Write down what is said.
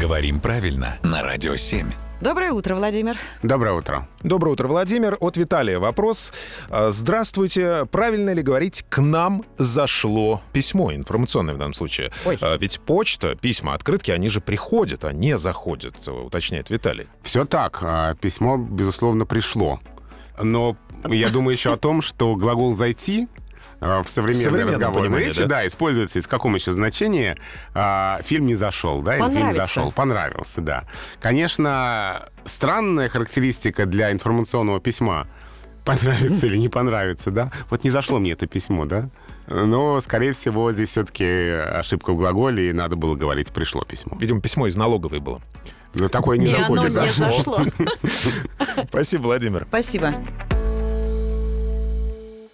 Говорим правильно на Радио 7. Доброе утро, Владимир. Доброе утро. Доброе утро, Владимир. От Виталия вопрос. Э, Здравствуйте. Правильно ли говорить «к нам зашло письмо» информационное в данном случае? Ой. Э, Ведь почта, письма, открытки, они же приходят, а не заходят, э, уточняет Виталий. Все так. а, Письмо, безусловно, пришло. Но я думаю еще о том, что глагол «зайти» а, в современной современном разговорной понимании, речи, да? да? используется и в каком еще значении а, фильм не зашел, да, или фильм Понравится. зашел, понравился, да. Конечно, странная характеристика для информационного письма. Понравится или не понравится, да? Вот не зашло мне это письмо, да? Но, скорее всего, здесь все-таки ошибка в глаголе, и надо было говорить «пришло письмо». Видимо, письмо из налоговой было. Но такое не И оно заходит. не зашло. Спасибо, Владимир. Спасибо.